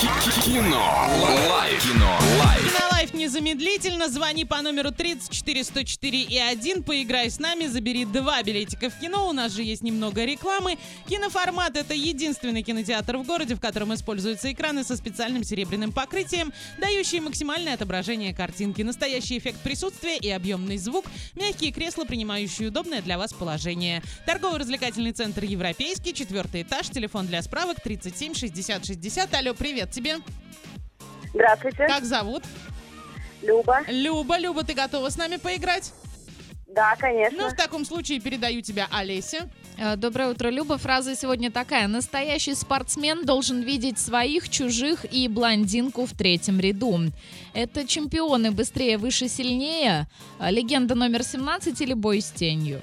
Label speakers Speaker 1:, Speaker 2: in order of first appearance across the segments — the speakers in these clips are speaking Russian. Speaker 1: Кино. Лайф. Кино. Лайф.
Speaker 2: Кинолайф незамедлительно. Звони по номеру 34 104 и 1. Поиграй с нами, забери два билетика в кино. У нас же есть немного рекламы. Киноформат — это единственный кинотеатр в городе, в котором используются экраны со специальным серебряным покрытием, дающие максимальное отображение картинки, настоящий эффект присутствия и объемный звук, мягкие кресла, принимающие удобное для вас положение. Торгово-развлекательный центр «Европейский», четвертый этаж, телефон для справок 37 60 60. Алло, привет тебе.
Speaker 3: Здравствуйте,
Speaker 2: Как зовут?
Speaker 3: Люба.
Speaker 2: Люба, Люба, ты готова с нами поиграть?
Speaker 3: Да, конечно.
Speaker 2: Ну, в таком случае передаю тебя Олесе.
Speaker 4: Э, Доброе утро, Люба. Фраза сегодня такая. Настоящий спортсмен должен видеть своих, чужих и блондинку в третьем ряду. Это чемпионы быстрее, выше, сильнее. э, Легенда номер 17 или бой с тенью?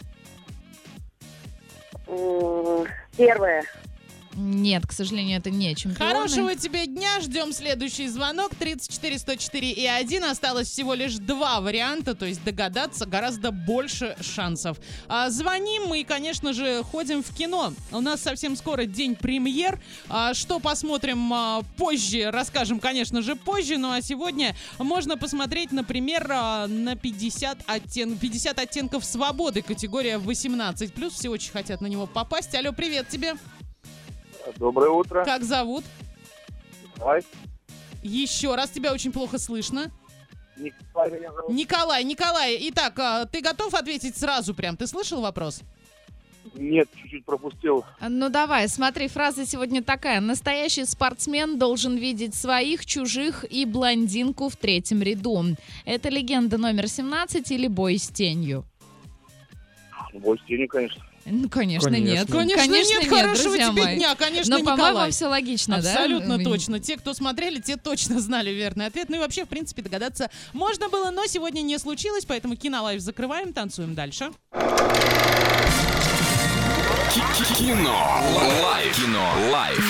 Speaker 3: М, Первое.
Speaker 4: Нет, к сожалению, это не чемпионы.
Speaker 2: Хорошего тебе дня, ждем следующий звонок. 34, 104 и 1. Осталось всего лишь два варианта, то есть догадаться гораздо больше шансов. А, звоним мы, и, конечно же, ходим в кино. У нас совсем скоро день премьер. А, что посмотрим а, позже, расскажем, конечно же, позже. Ну а сегодня можно посмотреть, например, а, на 50, оттен... 50 оттенков свободы, категория 18+. Все очень хотят на него попасть. Алло, привет тебе.
Speaker 5: Доброе утро.
Speaker 2: Как зовут?
Speaker 5: Давай.
Speaker 2: Еще раз тебя очень плохо слышно.
Speaker 5: Николай меня зовут.
Speaker 2: Николай, Николай, итак, а, ты готов ответить сразу прям? Ты слышал вопрос?
Speaker 5: Нет, чуть-чуть пропустил.
Speaker 4: Ну давай, смотри, фраза сегодня такая. Настоящий спортсмен должен видеть своих, чужих и блондинку в третьем ряду. Это легенда номер 17 или бой с тенью?
Speaker 5: Бой с тенью, конечно.
Speaker 4: Ну, конечно,
Speaker 6: Конечно.
Speaker 4: нет.
Speaker 2: Конечно, нет, хорошего
Speaker 4: друзья
Speaker 2: тебе
Speaker 4: мои.
Speaker 2: дня, конечно,
Speaker 4: Но,
Speaker 2: Николай.
Speaker 4: по-моему, все логично, да?
Speaker 2: Абсолютно
Speaker 4: М,
Speaker 2: точно. Те, кто смотрели, те точно знали верный ответ. Ну и вообще, в принципе, догадаться можно было, но сегодня не случилось, поэтому кинолайф закрываем, танцуем дальше.
Speaker 1: Кино. Лайф. Кино. Лайф.